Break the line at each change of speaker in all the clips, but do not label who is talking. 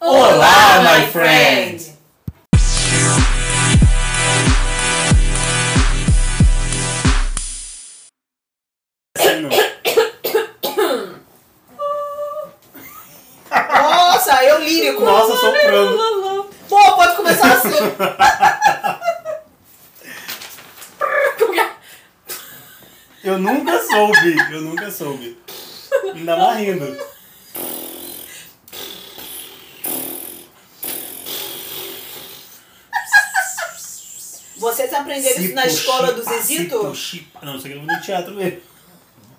Olá, my friend!
Nossa, eu lírico.
Nossa, um soprando.
Pô, pode começar assim.
Eu nunca soube, eu nunca soube. Ainda mais rindo.
Vocês aprenderam isso na
Cipo,
escola do
chipa, cipo,
Zezito?
chipa. Não, isso aqui eu vou no teatro mesmo.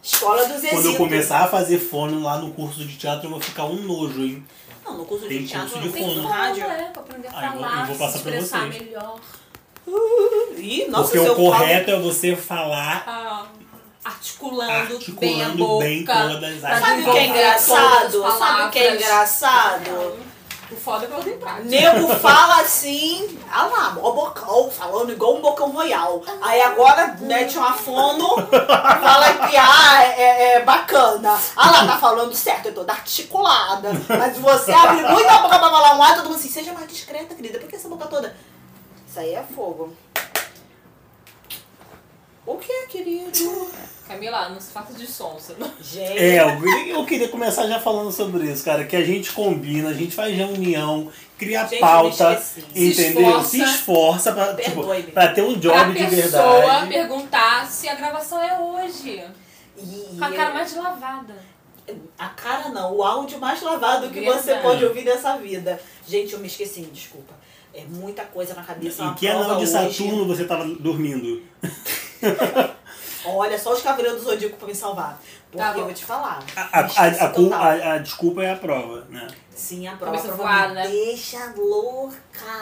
Escola do Zezito.
Quando eu começar a fazer fono lá no curso de teatro, eu vou ficar um nojo, hein?
Não, no curso
Tem
de teatro,
curso
não
de
tem
fono.
no rádio.
É, pra aprender a
Ah, eu vou- eu
falar,
vou passar
se
pra
expressar
vocês.
melhor.
Ih, nossa,
Porque
se
o
eu falo-
correto é você falar
Ah, articulando, bem a
articulando
boca.
bem todas
Sabe
as
o que é
Envolver
engraçado?
todas as
Sabe o que é
palavras.
engraçado?
O foda é que ela tem prática.
Nego fala assim, ah lá, mó bocão, falando igual um bocão royal. Aí agora mete uma fono, fala que ah, é, é bacana. Ah lá, tá falando certo, eu tô articulada. Mas você abre muita boca pra falar um ar, todo mundo assim, seja mais discreta, querida, por que essa boca toda? Isso aí é fogo. O que, querido?
Camila, não se faça de sonsa.
Gente.
É, eu- eu queria começar já falando sobre isso, cara. Que a gente combina, a gente faz reunião, cria
Gente, eu me
pauta,
esqueci. Se
entendeu?
esforça.
Se esforça pra, tipo,
Perdoe-me.
pra ter um
pra
job de
pessoa
verdade.
perguntar se a gravação é hoje.
E-
Com a cara mais lavada.
A cara não, o áudio mais lavado que você
Verdade.
pode ouvir dessa vida. Gente, eu me esqueci, desculpa. É muita coisa na cabeça. uma
Em que
prova
anel de
hoje.
Saturno você tava dormindo?
Olha, só os cavaleiros do Zodíaco pra me salvar. Porque
Tá bom.
eu vou te falar.
A, a-
esqueci
a- a cul-
total.
a- a desculpa é a prova, né?
Sim, a prova.
Cabeça
a prova
voada,
me
né?
Deixa louca.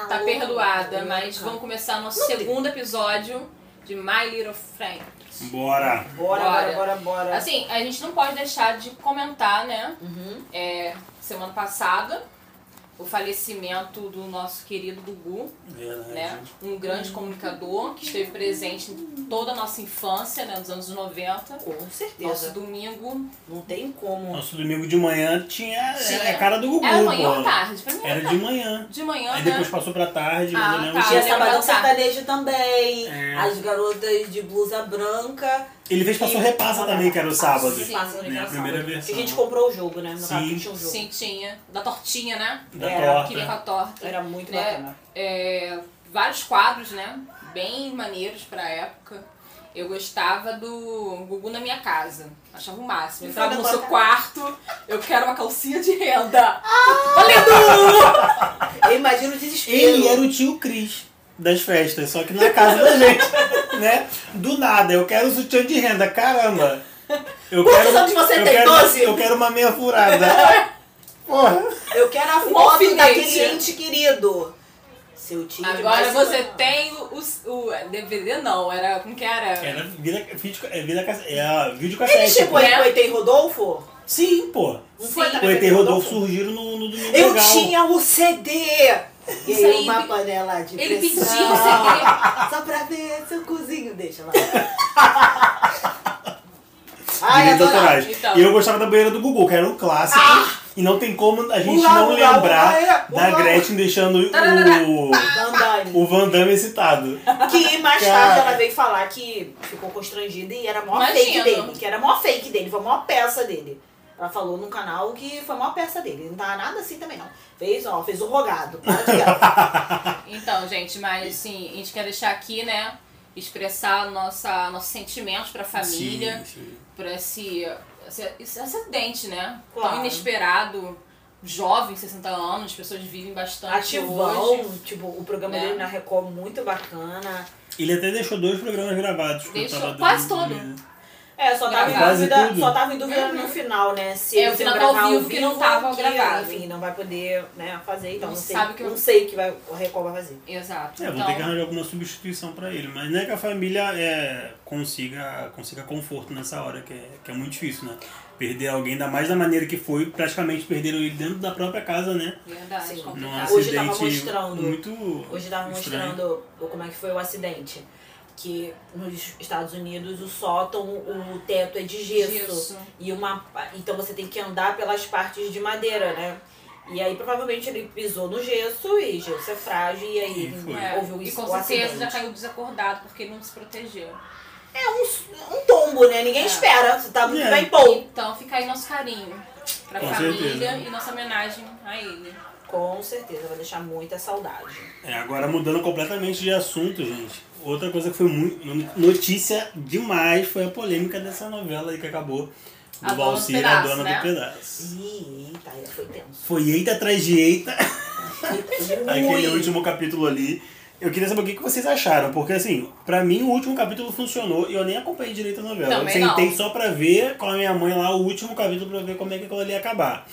Tá
louca,
perdoada, mas
louca.
vamos começar nosso
Não tem.
segundo episódio de My Little Friend.
Bora!
Bora, bora,
Bora.
bora, bora.
Assim, a gente não pode deixar de comentar, né?
Uhum.
É, semana passada, o falecimento do nosso querido Gugu,
Verdade.
né? Um grande comunicador que esteve presente em toda a nossa infância, né? Nos anos 90.
Com certeza.
Nosso domingo.
Não tem como.
Nosso domingo de manhã tinha
Sim.
era a cara do Gugu,
Era manhã
pô.
ou tarde? Pra mim
Era de manhã.
de manhã,
Aí
né?
depois passou pra tarde, mas
Ah,
eu lembro
tá.
que-
Tinha
lembra
sabadão
do Sá.
sertanejo também.
É.
As garotas de blusa branca.
Ele fez passou repassa também, que era o sábado.
Ah, Sim,
né? A primeira versão.
A gente comprou o jogo, né? No
Sim.
caso, tinha um jogo.
Sim, tinha. Da tortinha, né?
Da
Era,
torta.
Queria com a torta.
Era muito
né?
bacana.
É, vários quadros, né? Bem maneiros pra época. Eu gostava do Gugu na minha casa. Achava o máximo.
Então
Eu entrava no seu quarto, eu quero uma calcinha de renda. Olha
Eu imagino o desespero.
Ele era o tio Cris das festas, só que na casa da gente, né? Do nada, eu quero sutiã de renda, caramba! Eu
Quantos anos você
eu
tem?
Quero, uma-
12?
eu quero uma meia furada. Porra!
Eu quero a
Um
foto
alfinete.
daquele ente querido. Seu tio.
Agora
mas-
você tem o, o- o DVD não, era como que era?
Era vida, vídeo, é vida, cass- é a
Ele
videocassete.
chegou
pô.
aí
né?
com o ET Rodolfo?
Sim, pô.
Não
Sim.
foi na
O
TV
ET e Rodolfo surgiram no, no Domingo
Eu
Legal.
tinha o CD! E
Isso
aí,
aí,
uma
ele-
panela de
ele
pressão.
pedia o CD.
Só pra ver seu cozinho, deixa lá. Ai,
Direitos
adorava.
autorais.
Então. Ah!
E eu gostava da banheira do Gugu, que era um clássico. E não tem como a gente
Ula,
não
ula,
lembrar
é,
ula,
da
ula.
Gretchen deixando o,
Van Damme.
o Van Damme excitado.
Que mais
Cara.
tarde ela veio falar que ficou constrangida e era a maior fake
Imagino.
dele. Que era a maior fake dele, foi a maior peça dele. Ela falou num canal que foi a maior peça dele. Não tá nada assim também, não. Fez, ó, fez o rogado. Para de graça.
Então, gente, mas assim, a gente quer deixar aqui, né? Expressar nossa, nossos sentimentos pra família.
Sim, sim.
por esse, esse, esse acidente, né?
Claro.
Tão inesperado. Jovem, 60 anos, as pessoas vivem bastante hoje.
Ativão, tipo, o programa
Né?
dele na Record muito bacana.
Ele até deixou dois programas gravados. que eu
Deixou
tava
quase
dando-
todo.
né?
É, só tava, em
Quase
dúvida,
tudo.
só tava em dúvida
Uhum.
no final, né? Se
É,
eles
o final
iam gravar
ao vivo que não tava
que,
gravado.
Enfim, não vai poder né, fazer, então não,
Não
sei.
sabe o que
não
vai-
sei o que vai, a Record vai fazer.
Exato.
É, vou
então,
ter que arranjar alguma substituição pra ele. Mas não é que a família é, consiga, consiga conforto nessa hora, que é, que é muito difícil, né? Perder alguém, ainda mais da maneira que foi, praticamente perderam ele dentro da própria casa, né?
Verdade,
Sim.
Num
complicado.
Hoje tava
acidente
mostrando.
muito.
Hoje tava
estranho.
mostrando o- como é que foi o acidente. Que nos Estados Unidos o sótão, o teto é de gesso.
Gesso.
E uma. Então você tem que andar pelas partes de madeira, né? E aí provavelmente ele pisou no gesso e gesso é frágil e aí
E foi.
ele houve o
é, e
isso.
com
o
certeza já
acidente.
caiu desacordado porque não se protegeu.
É um, um tombo, né? Ninguém
É.
espera. Você tá muito
É.
bem bom.
Então fica aí nosso carinho pra
Com
família
certeza.
e nossa homenagem a ele.
Com certeza, vai deixar muita saudade.
É, agora mudando completamente de assunto, gente. Outra coisa que foi muito notícia demais foi a polêmica dessa novela aí que acabou
A
do
Dona do
um
Valsir, a
Pedaço,
dona
né?
do pedaço.
Ih, tá, aí foi tenso.
Foi eita atrás de eita, aquele
Ui.
último capítulo ali. Eu queria saber o que que vocês acharam, porque assim, pra mim o último capítulo funcionou e eu nem acompanhei direito a novela.
Também
eu sentei
não.
só pra ver com a minha mãe lá o último capítulo pra ver como é que aquilo ali ia acabar.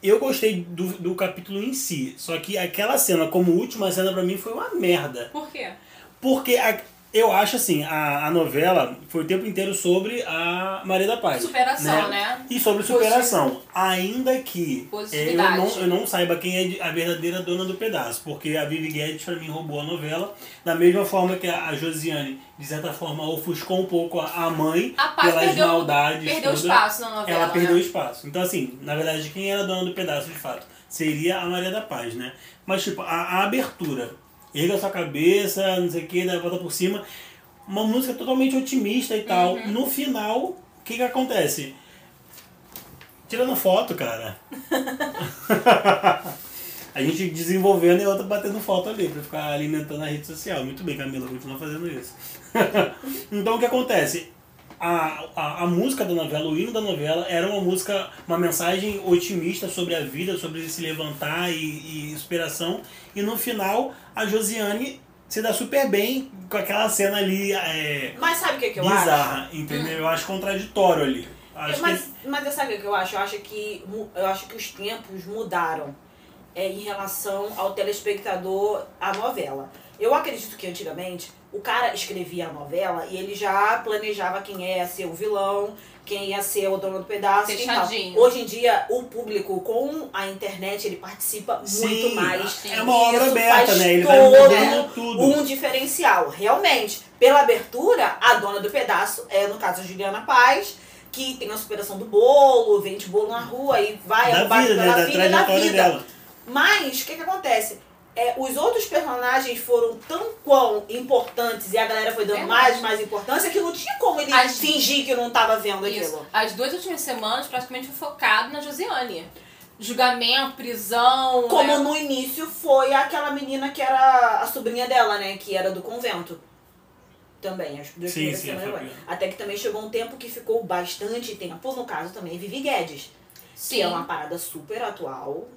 Eu gostei do, do capítulo em si, só que aquela cena, como última cena, pra mim foi uma merda.
Por quê?
Porque a- eu acho assim, a, a novela foi o tempo inteiro sobre a Maria da Paz.
Superação, né?
E sobre superação. Ainda que eh, eu,
Positividade.
não, eu não saiba quem é de- a verdadeira dona do pedaço. Porque a Vivi Guedes, pra mim, roubou a novela. Da mesma forma que a, a Josiane, de certa forma, ofuscou um pouco a, a mãe
A Paz
pelas
perdeu-
maldades.
perdeu
toda.
espaço na novela,
Ela perdeu
né?
espaço. Então, assim, na verdade, quem era dona do pedaço, de fato, seria a Maria da Paz, né? Mas, tipo, a, a abertura. Erga sua cabeça, não sei o que, dá a volta por cima. Uma música totalmente otimista e tal.
Uhum.
No final, o que que acontece? Tirando foto, cara. a gente desenvolvendo e a outra batendo foto ali, pra ficar alimentando a rede social. Muito bem, Camila, continua fazendo isso. então o que acontece? A, a, a música da novela, o hino da novela, era uma música, uma mensagem otimista sobre a vida, sobre se levantar e, e superação. E no final, a Josiane se dá super bem com aquela cena ali é,
Mas sabe o que, que eu acho?
bizarra, entendeu? Eu acho contraditório ali. Acho que-
mas, mas sabe o que eu acho? Eu acho que, mu- eu acho que os tempos mudaram é, em relação ao telespectador à novela. Eu acredito que antigamente o cara escrevia a novela e ele já planejava quem ia ser o vilão, quem ia ser o dono do pedaço. quem tal.
Fechadinho.
Hoje em dia, o público com a internet ele participa muito mais.
É uma
E
obra
isso
aberta,
faz
né? Ele vai
todo
mudando tudo.
um diferencial. Realmente, pela abertura, a dona do pedaço é, no caso, a Juliana Paz, que tem a superação do bolo, vende bolo na rua e vai ao
da
bar
vida, né?
é um pela
Da
filha da
trajetória
vida.
dela.
Mas, o que, que acontece? É, os outros personagens foram tão quão importantes e a galera foi dando
É Verdade.
mais mais importância que não tinha como ele
Ai,
fingir que não tava vendo
Isso.
aquilo.
As duas últimas semanas praticamente foi focado na Josiane. Julgamento, prisão.
Como
né?
no início foi aquela menina que era a sobrinha dela, né? Que era do convento. Também, acho que duas
Sim,
primeiras
sim,
semanas.
foi
foi.
bem.
Até que também chegou um tempo que ficou bastante tempo, no caso também, Vivi Guedes.
Sim.
Que é uma parada super atual.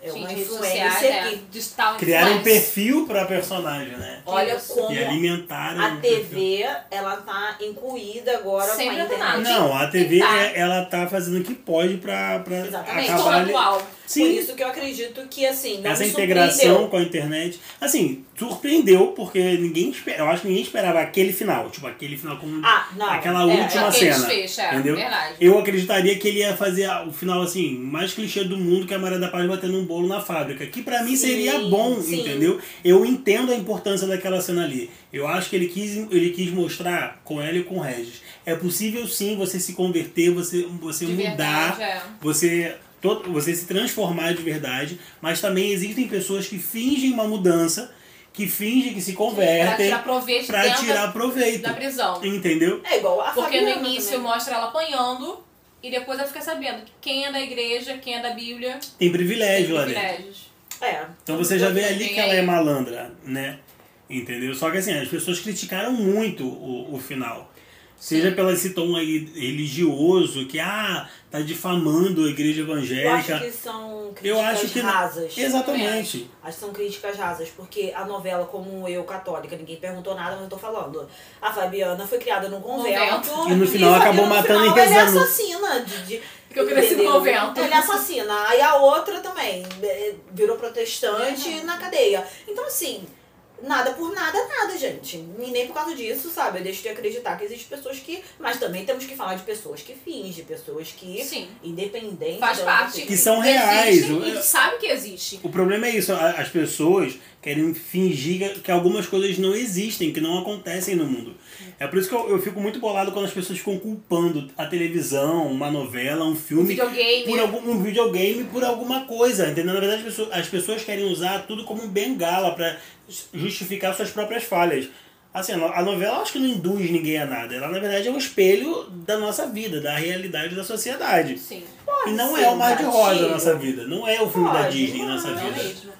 É
Sim,
uma
redes
influencer
sociais,
que.
né? Digital
Criaram um
influencer.
perfil pra personagem, né?
Olha
Isso.
como
E alimentaram.
a
o perfil.
TV, ela tá incluída agora
Sempre
com a internet.
antenada.
Não, a TV,
Tá.
é- ela tá fazendo o que pode pra, pra
Exatamente. Então,
Estou
acabar ali.
atual.
Por
Sim,
isso que eu acredito que, assim, não
essa
me
integração
surpreendeu.
com a internet. Assim, surpreendeu, porque ninguém espera. Eu acho que ninguém esperava aquele final. Tipo, aquele final como.
Ah, não.
Aquela
É,
última
aquele
cena.
desfecho, é,
entendeu?
verdade.
Eu acreditaria que ele ia fazer a- o final assim, mais clichê do mundo, que é a Maria da Paz batendo um bolo na fábrica. Que pra mim
Sim,
seria bom,
sim.
entendeu? Eu entendo a importância daquela cena ali. Eu acho que ele quis, ele quis mostrar com ela e com o Regis. É possível sim você se converter, você, você
De
mudar
verdade, é.
você to- você se transformar de verdade, mas também existem pessoas que fingem uma mudança, que fingem que se
é. Pra
convertem
tirar proveito
pra
dentro
tirar proveito. tá
da prisão.
Entendeu?
É igual a
Porque no
Fabiana
início
também.
mostra ela apanhando e depois ela fica sabendo quem é da igreja, quem é da Bíblia,
Tem privilégio
tem
lá dentro.
privilégios.
É.
Então você já vê
Tem
ali que ela é malandra, né? Entendeu? Só que assim, as pessoas criticaram muito o, o final. Seja pelo esse tom aí religioso, que ah, tá difamando a igreja
Eu acho é.
evangélica.
que são críticas
Eu acho que. não.
rasas.
Exatamente.
Acho que são críticas rasas, porque a novela, como eu, católica, ninguém perguntou nada, mas eu tô falando. A Fabiana foi criada num convento.
Convento.
E no final
a
acabou
Fabiana,
matando
no
e
final, ela
rezando.
é assassina. De, de,
Porque eu cresci no
entendeu?
convento.
Ela é assassina. Aí a outra também é, virou protestante na cadeia. Então, assim, nada por nada, nada, gente. E nem por causa disso, sabe? Eu deixo de acreditar que existem pessoas que... Mas também temos que falar de pessoas que fingem, pessoas que...
Sim.
Independente.
Faz
da-
parte.
Que são
Existem
reais.
E tu sabe que existe.
O problema é isso, a- as pessoas querem fingir que algumas coisas não existem, que não acontecem no mundo. É por isso que eu, eu fico muito bolado quando as pessoas ficam culpando a televisão, uma novela, um filme,
Um videogame.
por algum um videogame, por alguma coisa, entendeu? Na verdade, as pessoas, as pessoas querem usar tudo como um bengala para justificar suas próprias falhas. Assim, a no- a novela eu acho que não induz ninguém a nada. Ela, na verdade, é um espelho da nossa vida, da realidade da sociedade.
Sim.
e não
ser
é o
um
mar de rosa
gatilho.
a nossa vida. Não é o filme da
Pode,
Disney a nossa
não,
É
vida.
mesmo.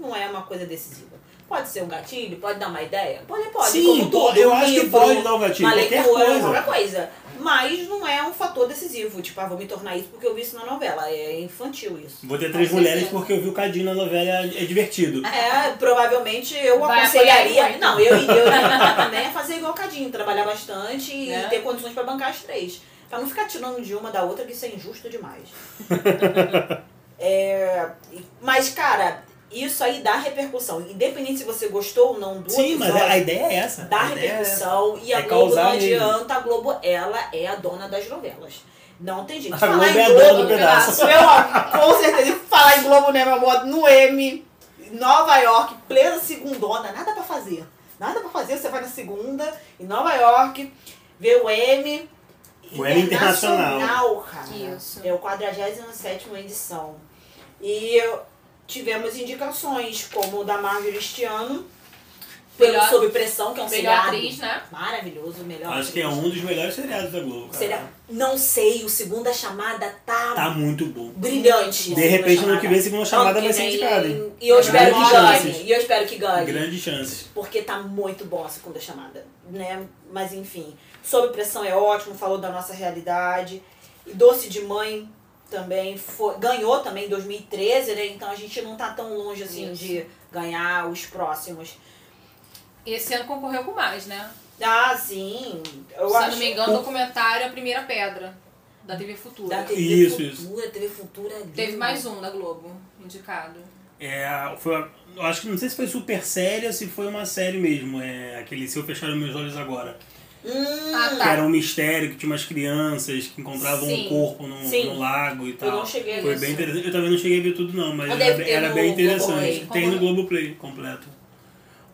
Não é uma coisa decisiva. Pode ser um gatilho, pode dar uma ideia. Pode, pode.
Sim,
como tudo,
pode, eu
um
acho que
livro,
pode dar um gatilho,
Uma
qualquer
leitura,
coisa.
qualquer coisa. Mas não é um fator decisivo. Tipo, ah, vou me tornar isso porque eu vi isso na novela. É infantil isso.
Vou ter três
Com
mulheres
certeza.
porque eu vi o Cadinho na novela é divertido.
É, provavelmente eu
Vai apoiar
aconselharia.
muito.
Não, eu iria eu iria também a fazer igual o Cadinho, trabalhar bastante e
Né?
ter condições pra bancar as três. Pra não ficar tirando de uma da outra, que isso é injusto demais. É, e- mas, cara, isso aí dá repercussão. Independente se você gostou ou não do
Sim, mas
episódio,
a ideia é essa.
da
A ideia é essa.
repercussão e a
É
Globo não
causar mesmo.
adianta, a Globo ela é a dona das novelas. Não tem jeito.
A
Falar
Globo
em
é a
Globo,
dona do
pedaço.
Meu amor, com certeza. Falar em Globo, né, meu amor? No M, Nova York, plena segundona, nada pra fazer. Nada pra fazer, você vai na segunda, em Nova York, vê o M.
O M internacional.
internacional, cara.
Isso.
É o 47 edição. E tivemos indicações, como o da Marjorie este ano, pelo
Melhor-
Sob Pressão, que é um
Melhor
seriado
atriz, né?
maravilhoso, melhor
Acho que é
atriz.
um dos melhores seriados da Globo. cara.
Seria, não sei, o
é
Segunda Chamada tá,
Tá muito bom.
brilhante.
De repente,
não
ano que vem, segunda chamada
Ano
vai
que
ser
vem,
indicada. hein? É
E eu espero que
Grandes
ganhe.
chances.
E eu espero que ganhe.
Grandes chances.
Porque tá muito bom a Segunda Chamada, né? Mas enfim, Sob Pressão é ótimo, falou da nossa realidade. E Doce de Mãe também foi, ganhou também em 2013, né? Então a gente não tá tão longe assim
Isso.
de ganhar os próximos.
Esse ano concorreu com mais, né?
Ah, sim. Eu
Se eu
acho...
não me engano, o documentário é a primeira pedra da TV Futura.
Da TV
Isso,
Futura,
isso.
TV Futura é
Teve
lindo.
mais um da Globo indicado.
É, foi, a- eu acho que não sei se foi super série ou se foi uma série mesmo. É aquele Se Eu Fechar os Meus Olhos Agora.
Hum,
Ah,
Que
tá.
era um mistério que tinha umas crianças que encontravam
Sim.
um corpo num,
Sim.
num lago e tal.
eu não cheguei
Foi
nisso.
bem interessante. Eu também não cheguei a ver tudo, não, mas
Mas
era,
deve
bem-
ter
era
no
bem interessante.
Globoplay. é?
Tem no Globoplay completo.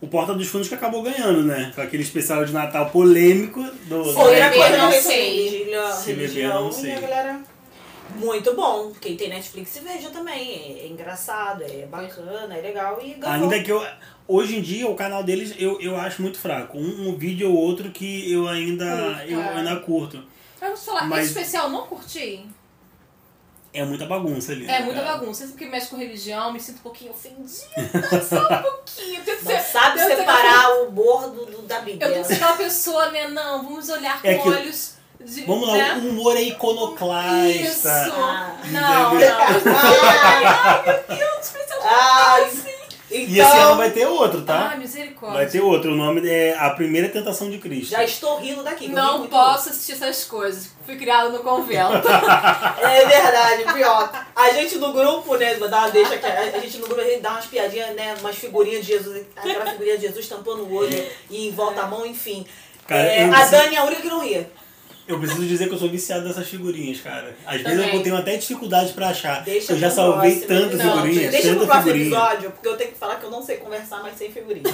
O Porta dos Fundos que acabou ganhando, né? Com aquele especial de Natal polêmico do.
Foi
do-
a
Beber,
coisa
não
não
sei.
sei.
Se beber, não sei.
galera. Muito bom. Quem tem Netflix veja também. É, é engraçado, é bacana, é legal e ganhou.
Ainda que eu. Hoje em dia o canal deles eu, eu acho muito fraco. Um, um vídeo ou outro que eu ainda,
Curta.
eu ainda curto.
Vamos falar,
Mas-
esse especial eu não curti.
É muita bagunça ali.
É muita
cara?
bagunça. Sempre que mexe com religião, me sinto um pouquinho ofendida. Só um pouquinho. Tem que
Não
ser
sabe
eu tô
separar o bordo do- da
Eu
Bíblia.
tenho que ser aquela pessoa, né? Não, vamos olhar com
É aquilo.
olhos de.
Vamos lá,
né?
o humor é iconoclasta.
Isso.
Ah.
Não,
Entendeu?
não.
Ah, ai,
E esse ano
então,
vai ter outro,
um Ah,
tá?
misericórdia.
Vai ter outro. O nome é A Primeira Tentação de Cristo.
já estou rindo daqui. que eu ri
Não
muito.
posso assistir essas coisas. Fui criada no convento.
É verdade, pior.
A gente no grupo, né, dá uma deixa que a gente no grupo a gente dá umas piadinhas, né, umas figurinhas de Jesus, aquela figurinha de Jesus tampando o olho e em volta a mão, enfim.
Cara,
É,
eu,
a
preciso,
Dani é a única que não ria.
eu preciso dizer que eu sou viciado nessas figurinhas, cara. Às vezes eu
Também.
tenho até dificuldade pra achar.
Deixa
eu já
pro
salvei
próximo.
tanta
Não,
figurinha,
Deixa pro
tanta
próximo
figurinha.
episódio, porque eu tenho que falar que eu não sei conversar mais sem figurinha.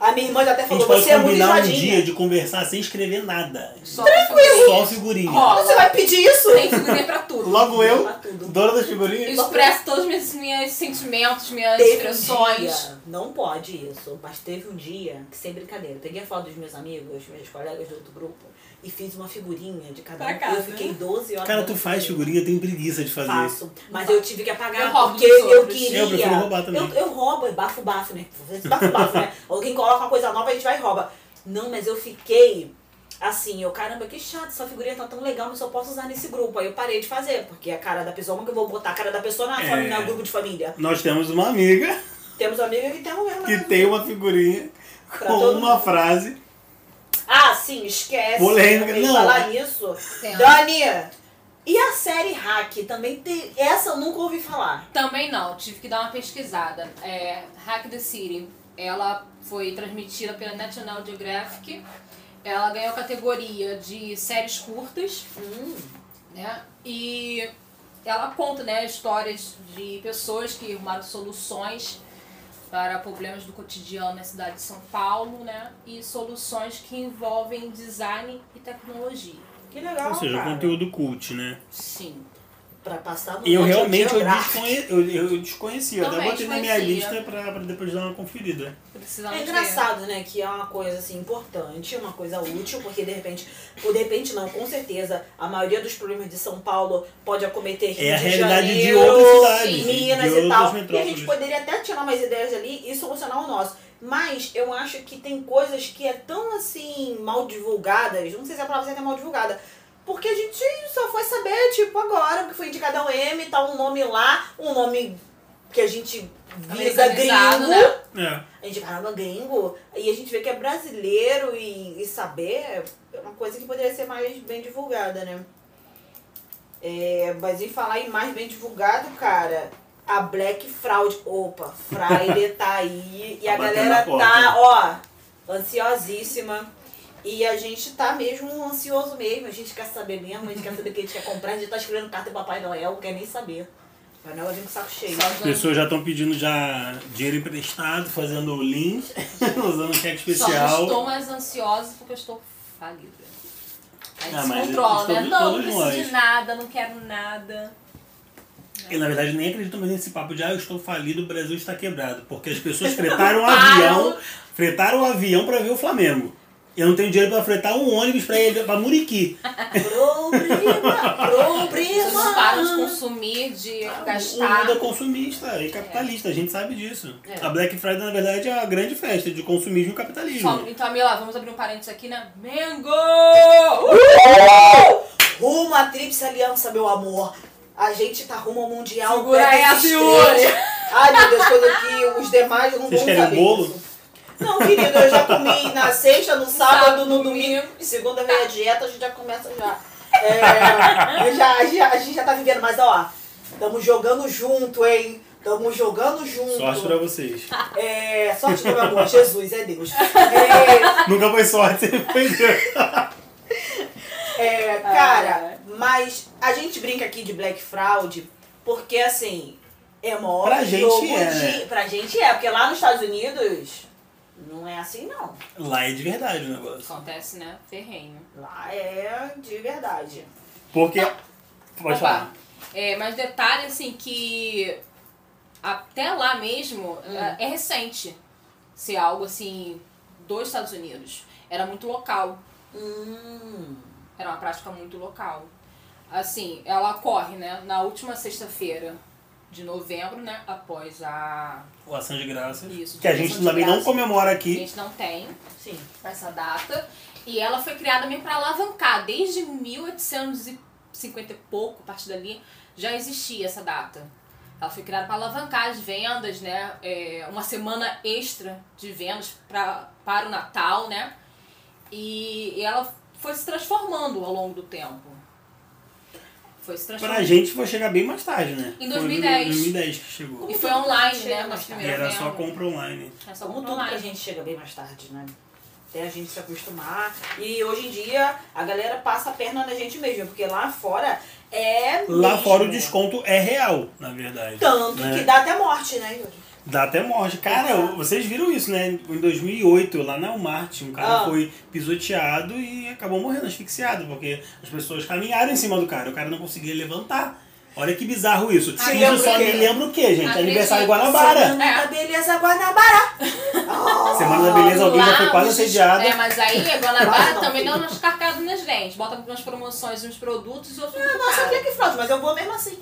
a minha irmã já até
A gente
falou,
pode
você é muito
combinar um
enjoadinha.
dia de conversar sem escrever nada.
Tranquilo.
Só figurinha.
Ó,
Você vai pedir isso?
Tem figurinha é pra tudo.
Logo eu,
Pra tudo.
dona das figurinhas.
Expresso todos os meus, meus sentimentos, minhas
Teve um
expressões.
dia, não pode isso, mas teve um dia que, sem brincadeira, eu peguei a foto dos meus amigos, meus colegas do outro grupo, e fiz uma figurinha de cada
Pra
um.
casa, né?
eu fiquei 12 horas.
Cara, tu faz figurinha, eu tenho preguiça de fazer isso.
Faço, mas eu tive que apagar
Eu roubo
porque
dos
eu
outros.
queria.
Eu prefiro roubar também.
Eu, eu roubo, é bafo, bafo, né? Esse Bafo, bafo, né? Alguém coloca uma coisa nova, a gente vai e rouba. Não, mas eu fiquei assim, eu, caramba, que chato, essa figurinha tá tão legal, mas só posso usar nesse grupo. Aí eu parei de fazer, porque a cara da pessoa, como que eu vou botar a cara da pessoa na
É.
família, no grupo de família?
Nós temos uma amiga
Temos uma amiga que tem um mesmo.
que tem uma figurinha
Pra
com
todo
uma
mundo.
frase.
Ah, sim, esquece.
Polêmica,
também
não.
Falar nisso.
Tem.
Dani, e a série Hack também tem. Essa eu nunca ouvi falar.
Também não, tive que dar uma pesquisada. É, Hack the City, ela foi transmitida pela National Geographic. Ela ganhou a categoria de séries curtas,
Hum,
né? E ela conta, né, histórias de pessoas que arrumaram soluções para problemas do cotidiano na cidade de São Paulo, né? E soluções que envolvem design e tecnologia.
Que legal,
Ou seja,
Então, cara.
conteúdo cult, né?
Sim.
Pra passar no
E eu
National
realmente eu
Geographic.
desconhe- eu- eu desconheci. Eu até
Também
botei na minha
desconhecia.
lista pra, pra depois dar uma conferida.
Precisamos
É
ver.
engraçado, né? Que é uma coisa assim importante, uma coisa útil, porque de repente, ou de repente não, com certeza, a maioria dos problemas de São Paulo pode acometer Rio
É a
de
realidade de
Janeiro,
outras cidades, de
Minas e
outras
tal. E a gente
metrópoles.
poderia até tirar umas ideias ali e solucionar o nosso. Mas eu acho que tem coisas que é tão assim mal divulgadas, não sei se a palavra certa é mal divulgada. Porque a gente só foi saber, tipo, agora, porque foi indicado ao M, tá um nome lá, um nome que a gente visa
Americanizado,
gringo.
né?
A
É.
gente fala no gringo e a gente vê que é brasileiro e, e saber é uma coisa que poderia ser mais bem divulgada, né? É, mas em falar em mais bem divulgado, cara, a Black Fraud, opa, Friday tá aí e
Tá
a
batendo
galera
na porta.
tá, ó, ansiosíssima. E a gente tá mesmo ansioso mesmo, a gente quer saber mesmo, a gente quer saber o que a gente quer comprar, a gente tá escrevendo carta pro Papai Noel, não quer nem saber. Papai Noel vem com o saco cheio.
Só
As
usando-
pessoas já estão pedindo já dinheiro emprestado, fazendo links, usando cheque
Só não estou
especial.
mais ansiosa porque eu estou falida. A gente
Ah,
se
mas
controla, né?
estamos
Não, não
todos
preciso
nós.
de nada, não quero nada.
E na verdade nem acredito mais nesse papo de ah, eu estou falido, o Brasil está quebrado. Porque as pessoas fretaram um avião, fretaram um avião para ver o Flamengo. Eu não tenho dinheiro para fretar um ônibus para ir para Muriqui.
Problema,
As pessoas param de
problema.
consumir, de
O
gastar.
mundo é consumista e capitalista, a gente sabe disso.
É.
A Black Friday, na verdade, é a grande festa de consumismo e capitalismo.
Só- então, Amila, vamos abrir um parênteses aqui, né? Mengo! Uh!
Rumo à Tríplice Aliança, meu amor. A gente tá rumo ao Mundial.
Segura
pega
essa,
esses
senhores.
três. Ai, meu Deus, coisa que os demais não
Vocês
vão
querem
saber
bolo?
isso. Não, querido, eu já comi na sexta, no sábado,
sábado,
no
no
domingo. Segunda vem a dieta, a gente já começa já. É, eu já, já- a gente já tá vivendo, mas ó, tamo jogando junto, hein? Tamo jogando junto.
Sorte para vocês.
É, sorte do meu amor, Jesus, é Deus. É,
Nunca foi sorte, foi Deus.
É, cara, mas a gente brinca aqui de Black Fraud porque assim, é mó
Pra gente
jogo
é,
de.
né?
Pra gente é, porque lá nos Estados Unidos não é assim não.
Lá é de verdade o negócio.
Acontece, né? Ferrenho.
Lá é de verdade.
Porque. Pode
Opa.
falar.
É, mas detalhe, assim, que até lá mesmo
Hum.
é- é recente ser algo, assim, dos Estados Unidos. Era muito local.
Hum.
Era uma prática muito local. Assim, ela ocorre, né? Na última sexta-feira de novembro, né? Após a...
O Ação de Graças.
Isso,
que a
Ação
gente
de
também não
Graças.
comemora
A
aqui.
gente não tem
Sim.
essa data. E ela foi criada mesmo para alavancar. Desde 1850 e pouco, a partir dali, já existia essa data. Ela foi criada para alavancar as vendas, né? É, uma semana extra de vendas pra, para o Natal, né? E, e ela foi se transformando ao longo do tempo. Foi se
Pra
transformando.
gente foi chegar bem mais tarde, né?
Em
Foi
2010.
Em 2010 que chegou.
E foi online, né?
Chega
Nas
mais tarde.
E
primeiras
era só
vendas.
compra online.
Era só
Como
compra
tudo pra
online.
gente chega bem mais tarde, né? Até a gente se acostumar. E hoje em dia a galera passa a perna na gente mesmo, porque lá fora é.
Lá
mesmo.
fora o desconto é real, na verdade.
Tanto
né?
que dá até morte, né, Yuri?
Dá até morte. Cara,
Exato.
vocês viram isso, né? Em 2008, lá na Walmart, um cara
Ah.
foi pisoteado e acabou morrendo asfixiado, porque as pessoas caminharam em cima do cara, o cara não conseguia levantar. Olha que bizarro isso.
Ah,
isso
lembro
só
que-
me lembra o quê, gente?
Acredito.
Aniversário Guanabara.
É.
Semana da Beleza Guanabara. Oh.
Semana da Beleza, alguém já
Lá,
foi quase
os-
assediado.
É, mas aí a Guanabara
Não,
também
filho.
dá umas carcadas nas gente. Bota umas promoções, uns produtos e outros.
Ah,
É,
Nossa, Black Fraud, mas eu vou mesmo assim.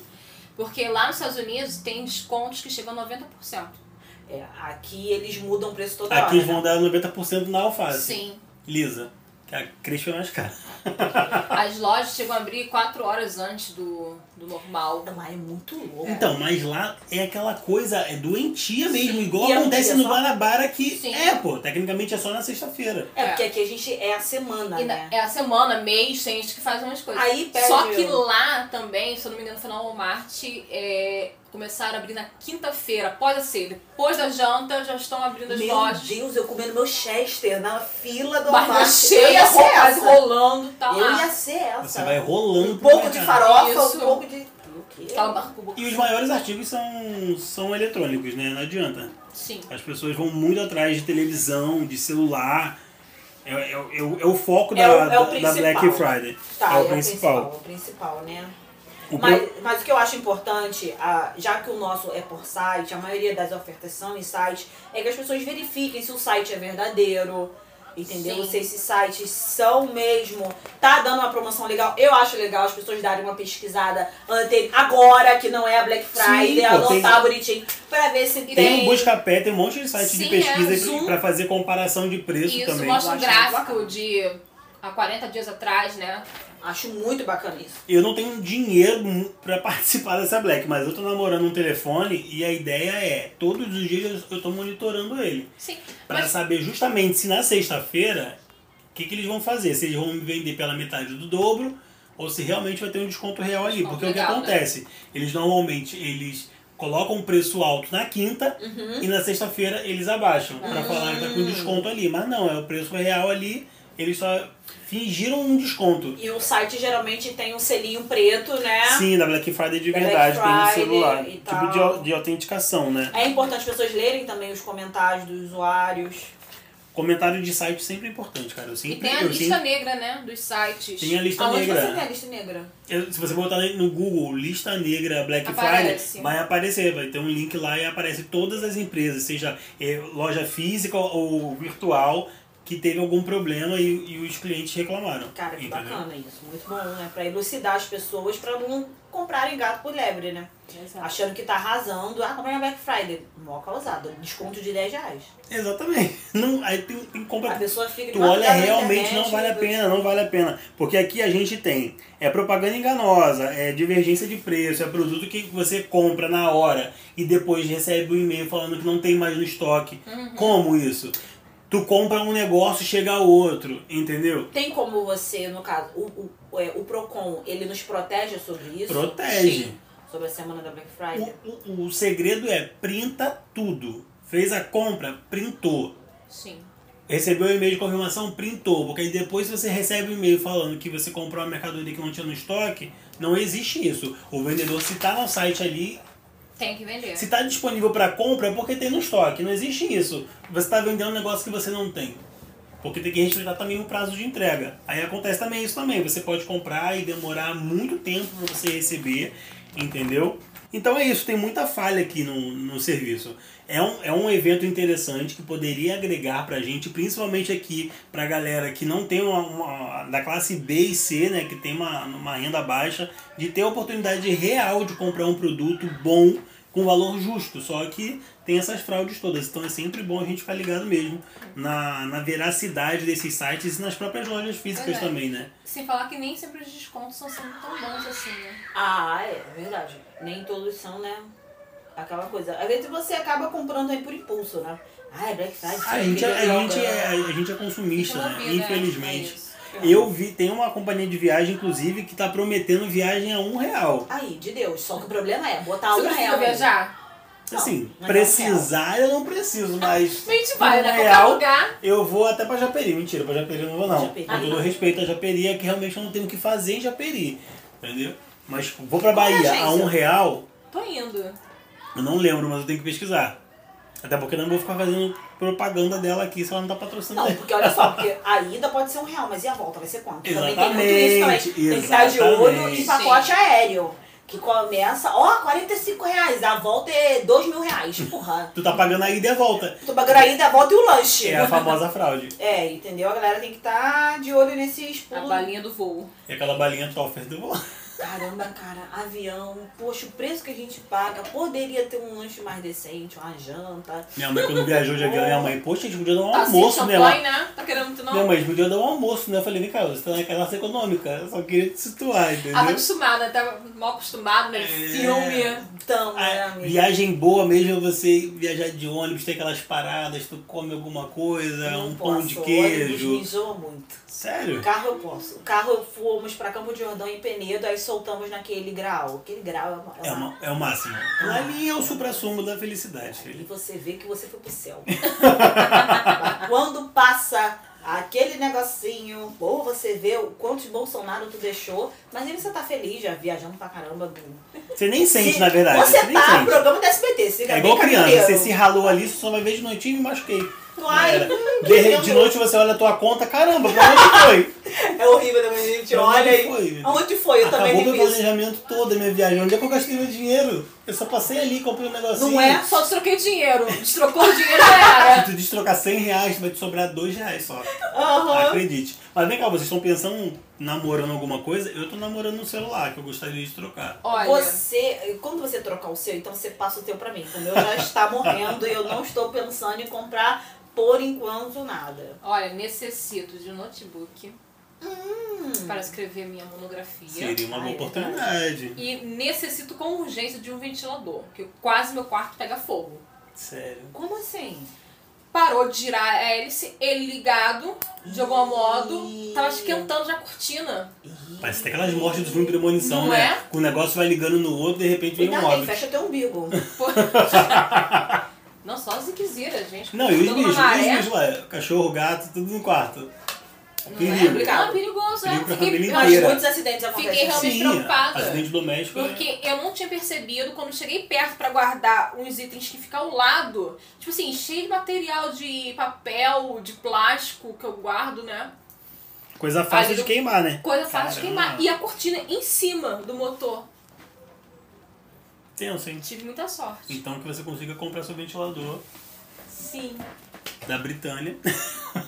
Porque lá nos Estados Unidos tem descontos que chegam a 90%.
É, aqui eles mudam o preço toda
Aqui eles
hora. né?
vão dar 90% na alface.
Sim.
Lisa. Que a Crespa é mais cara.
As lojas chegam a abrir 4 horas antes do, do normal.
Não, mas é muito louco.
Então, mas lá é aquela coisa, é doentia mesmo, igual
E é um
acontece
dia
no
só?
Guanabara que.
Sim.
É, pô, tecnicamente é só na sexta-feira.
É, porque aqui a gente é a semana,
E na-
né?
é a semana, mês, tem gente que faz umas coisas.
Aí perde
Só que
o-
lá também, se eu não me engano, foi na Walmart, é, começaram a abrir na quinta-feira, após a ceia. Depois da janta, já estão abrindo as
Meu
é lojas.
Deus, eu comendo meu Chester na fila do
Barriga
Walmart. Eu
cheia,
ia ser
roupas
essa.
rolando, tá
Eu
lá.
ia ser essa.
Você vai rolando
Um
pro
pouco de
mercado.
farofa,
Isso. Tá,
um pouco de... porque.
Aquela barco
E os maiores artigos são, são eletrônicos, né? Não adianta.
Sim.
As pessoas vão muito atrás de televisão, de celular. É, é, é o- é o foco da,
É o- é o
da- da
principal.
Black Friday.
Tá,
é o principal.
É o principal, né?
O
Mas,
pro-
mas o que eu acho importante, ah, já que o nosso é por site, a maioria das ofertas são em site, é que as pessoas verifiquem se o site é verdadeiro, entendeu?
Sim.
Se esses sites são mesmo, tá dando uma promoção legal. Eu acho legal as pessoas darem uma pesquisada ante- agora, que não é a Black Friday,
Sim, pô,
anotar
tem-
bonitinho, pra ver se tem...
Tem um busca-pé, tem um monte de site de
Sim,
pesquisa
é,
que-
Zoom.
pra fazer comparação de preço
Isso
também.
mostra
Eu
um
acho
gráfico
bacana.
de há 40 dias atrás, né?
Acho muito bacana isso.
Eu não tenho dinheiro mu- pra participar dessa Black, mas eu tô namorando um telefone e a ideia é, todos os dias eu tô monitorando ele.
Sim.
Pra
Mas
saber justamente se na sexta-feira o que, que eles vão fazer. Se eles vão me vender pela metade do dobro ou se realmente vai ter um desconto real ali.
Desconto
Porque o
legal,
que
né?
acontece? Eles normalmente eles colocam um preço alto na quinta
Uhum.
e na sexta-feira eles abaixam
Ah.
pra falar que tá com desconto ali. Mas não, é o preço real ali. Eles só fingiram um desconto.
E o site geralmente tem um selinho preto, né?
Sim, da Black Friday de
Black
verdade,
Friday
pelo celular.
e
Tipo
tal.
de, au- de autenticação, né?
É importante as pessoas lerem também os comentários dos usuários.
Comentário de site sempre é importante, cara. Eu
e
sempre,
tem a
eu
lista
sempre-
negra, né? Dos sites.
tem a lista
Aonde
negra.
você tem a lista negra?
Eu- Se você botar no Google lista negra Black
Aparece.
Friday, vai aparecer, vai ter um link lá e aparece todas as empresas, seja eh, loja física ou virtual, que teve algum problema e, e os clientes reclamaram.
Cara, que
entendeu?
bacana isso. Muito bom, né? Pra elucidar as pessoas pra não comprarem gato por lebre, né?
Exato.
Achando que tá arrasando. Ah, comprar na Black Friday. Mó causada. um Desconto de 10 reais.
Exatamente. Não, aí tem, tem compra
A pessoa fica...
Tu
marcada
olha,
na
realmente
internet,
não vale a
meu Deus.
pena, não vale a pena. Porque aqui a gente tem é propaganda enganosa, é divergência de preço, é produto que você compra na hora e depois recebe um e-mail falando que não tem mais no estoque.
Uhum.
Como isso? Tu compra um negócio e chega outro, entendeu?
Tem como você, no caso, o, o, é, o PROCON, ele nos protege sobre isso?
Protege.
Sobre a semana da Black Friday?
O, o- o segredo é printa tudo. Fez a compra, printou.
Sim.
Recebeu o e-mail de confirmação, printou. Porque aí depois se você recebe o e-mail falando que você comprou uma mercadoria que não tinha no estoque, não existe isso. O vendedor, se tá no site ali,
Tem que vender.
se tá disponível para compra, é porque tem no estoque. Não existe isso. Você tá vendendo um negócio que você não tem. Porque tem que respeitar também o prazo de entrega. Aí acontece também isso também. Você pode comprar e demorar muito tempo para você receber, entendeu? Então é isso, tem muita falha aqui no, no serviço. É um, é um evento interessante que poderia agregar pra gente, principalmente aqui pra galera que não tem uma, uma- da classe B e C, né, que tem uma, uma renda baixa, de ter a oportunidade real de comprar um produto bom com valor justo. Só que tem essas fraudes todas, então é sempre bom a gente ficar ligado mesmo na, na veracidade desses sites e nas próprias lojas físicas
Verdade.
também, né?
Sem falar que nem sempre os descontos são sendo tão bons assim, né?
Ah, é verdade. Nem todos são, né? Aquela coisa. Às vezes você acaba comprando aí por impulso, né? Ah, é Black Friday.
A
isso
gente,
aqui,
é- a
blá,
gente
blá,
é,
blá.
a gente é consumista,
Tem que
né?
mover, né? É
Infelizmente.
isso.
Eu vi, tem uma companhia de viagem, inclusive, que tá prometendo viagem a um real.
Aí, de Deus. Só que o problema é botar
Você
um
precisa
real.
viajar?
Assim,
mas é um
precisar eu não preciso, mas.
A gente vai,
um
né? Qualquer
real,
lugar.
eu vou até pra Japeri. Mentira, pra Japeri eu não vou, não.
Japeri.
Com todo respeito a Japeri, é que realmente eu não tenho o que fazer em Japeri. Entendeu? Mas tipo, vou pra
Qual é a
Bahia a
agência?
um real,
Tô indo.
eu não lembro, mas eu tenho que pesquisar. Até porque eu não vou ficar fazendo propaganda dela aqui se ela não tá patrocinando.
Não, porque olha só, porque a ida pode ser um real, mas e a volta vai ser quanto? Também tem muito isso também.
Exatamente,
Tem que estar de olho em
exatamente.
pacote aéreo. Que começa, ó, 45 reais. A volta é 2 mil reais. Porra.
Tu tá pagando a ida e a volta.
Tô pagando a ida, a volta e o lanche.
É a famosa fraude.
É, entendeu? A galera tem que estar de olho nesses
A
pulos.
balinha do voo.
É aquela balinha toffer do voo.
Caramba, cara, avião, poxa, o preço que a gente paga, poderia ter um lanche mais decente, uma janta.
Minha mãe, quando viajou de avião, minha mãe, poxa, a gente podia dar um
Tá sem
almoço, né? Ela-
champanhe, né? Tá querendo muito
Minha
não?
mãe, a gente podia dar um almoço, né? Eu falei, vem cá, você tá na classe econômica. Eu só queria te situar,
Ah, tá
entendeu? É.
acostumada, tá mal acostumada, né? Filme.
Então, né,
A
amiga?
É, viagem boa mesmo é você viajar de ônibus, ter aquelas paradas, tu come alguma coisa,
Não
um pão
posso,
de
o ônibus
queijo.
me zoa muito. O
Sério?
carro eu posso. O carro eu fomos pra Campo de Jordão em Penedo, aí soltamos naquele grau. Aquele grau é uma...
É, uma- é o máximo.
Ah.
Ali é o supra-sumo da felicidade,
E
filho.
você vê que você foi pro céu. Quando passa Aquele negocinho, ou você vê o quanto de Bolsonaro tu deixou, mas aí você tá feliz já viajando pra caramba. Do...
Você nem sente,
Se
na verdade.
Você
nem
tá no
sente.
programa do SBT, siga
É
bem
igual criança,
caminheiro.
você se ralou ali, você só vai ver de noitinho e me machuquei.
Ai,
Era.
hum, que
de, de
lindo.
noite você olha a tua conta, caramba, pra onde foi?
É horrível também, a gente
Pra
olha
onde
e.
foi?
Aonde foi? Eu
Acabou
também
meu
vi isso.
planejamento todo, minha viagem. Onde é que eu gastei meu dinheiro? Eu só passei ali, comprei um negocinho.
Não é? Só destroquei dinheiro. Destrocou o dinheiro já
Se
era.
tu destrocar 100 reais, vai te sobrar 2 reais só.
Aham.
Acredite. Mas vem cá, vocês estão pensando, namorando alguma coisa? Eu tô namorando um celular que eu gostaria de trocar.
Olha,
Você, quando você trocar o seu, então você passa o teu pra mim. O meu já está morrendo e eu não estou pensando em comprar por enquanto nada.
olha, necessito de um notebook para escrever minha monografia.
Seria uma boa
Ah, é
oportunidade.
E necessito com urgência de um ventilador, que quase meu quarto pega fogo.
Sério.
Como assim?
Parou de girar a hélice, ele ligado, de algum modo,
Ih.
tava esquentando já a cortina.
Parece até aquelas mortes do filme Premonição,
Não
né?
é?
Que O negócio vai ligando no outro e de repente vem um
Ainda bem,
óbito.
fecha teu umbigo.
Pô. Não, só as inquisiras, gente.
Não, e os
Dando
bichos?
uma
E os
maré.
bichos lá? Cachorro, gato, tudo no quarto.
é? Não é,
Perigo.
complicado. Não, é perigoso, é.
Perigo pra
Fiquei-
família
eu acho-
Mas
Inteira.
muitos acidentes
Fiquei
acontecem.
realmente
Sim,
preocupada.
acidente doméstico. é-
Porque eu não tinha percebido, quando cheguei perto pra guardar uns itens que ficam ao lado, tipo assim, cheio de material de papel, de plástico que eu guardo, né?
é Coisa fácil
Ali
de
do-
queimar, né?
Coisa fácil de
Caramba.
queimar. E a cortina em cima do motor.
Tenso, hein?
Tive muita sorte.
Então que você consiga comprar seu ventilador
Sim.
da Britânia.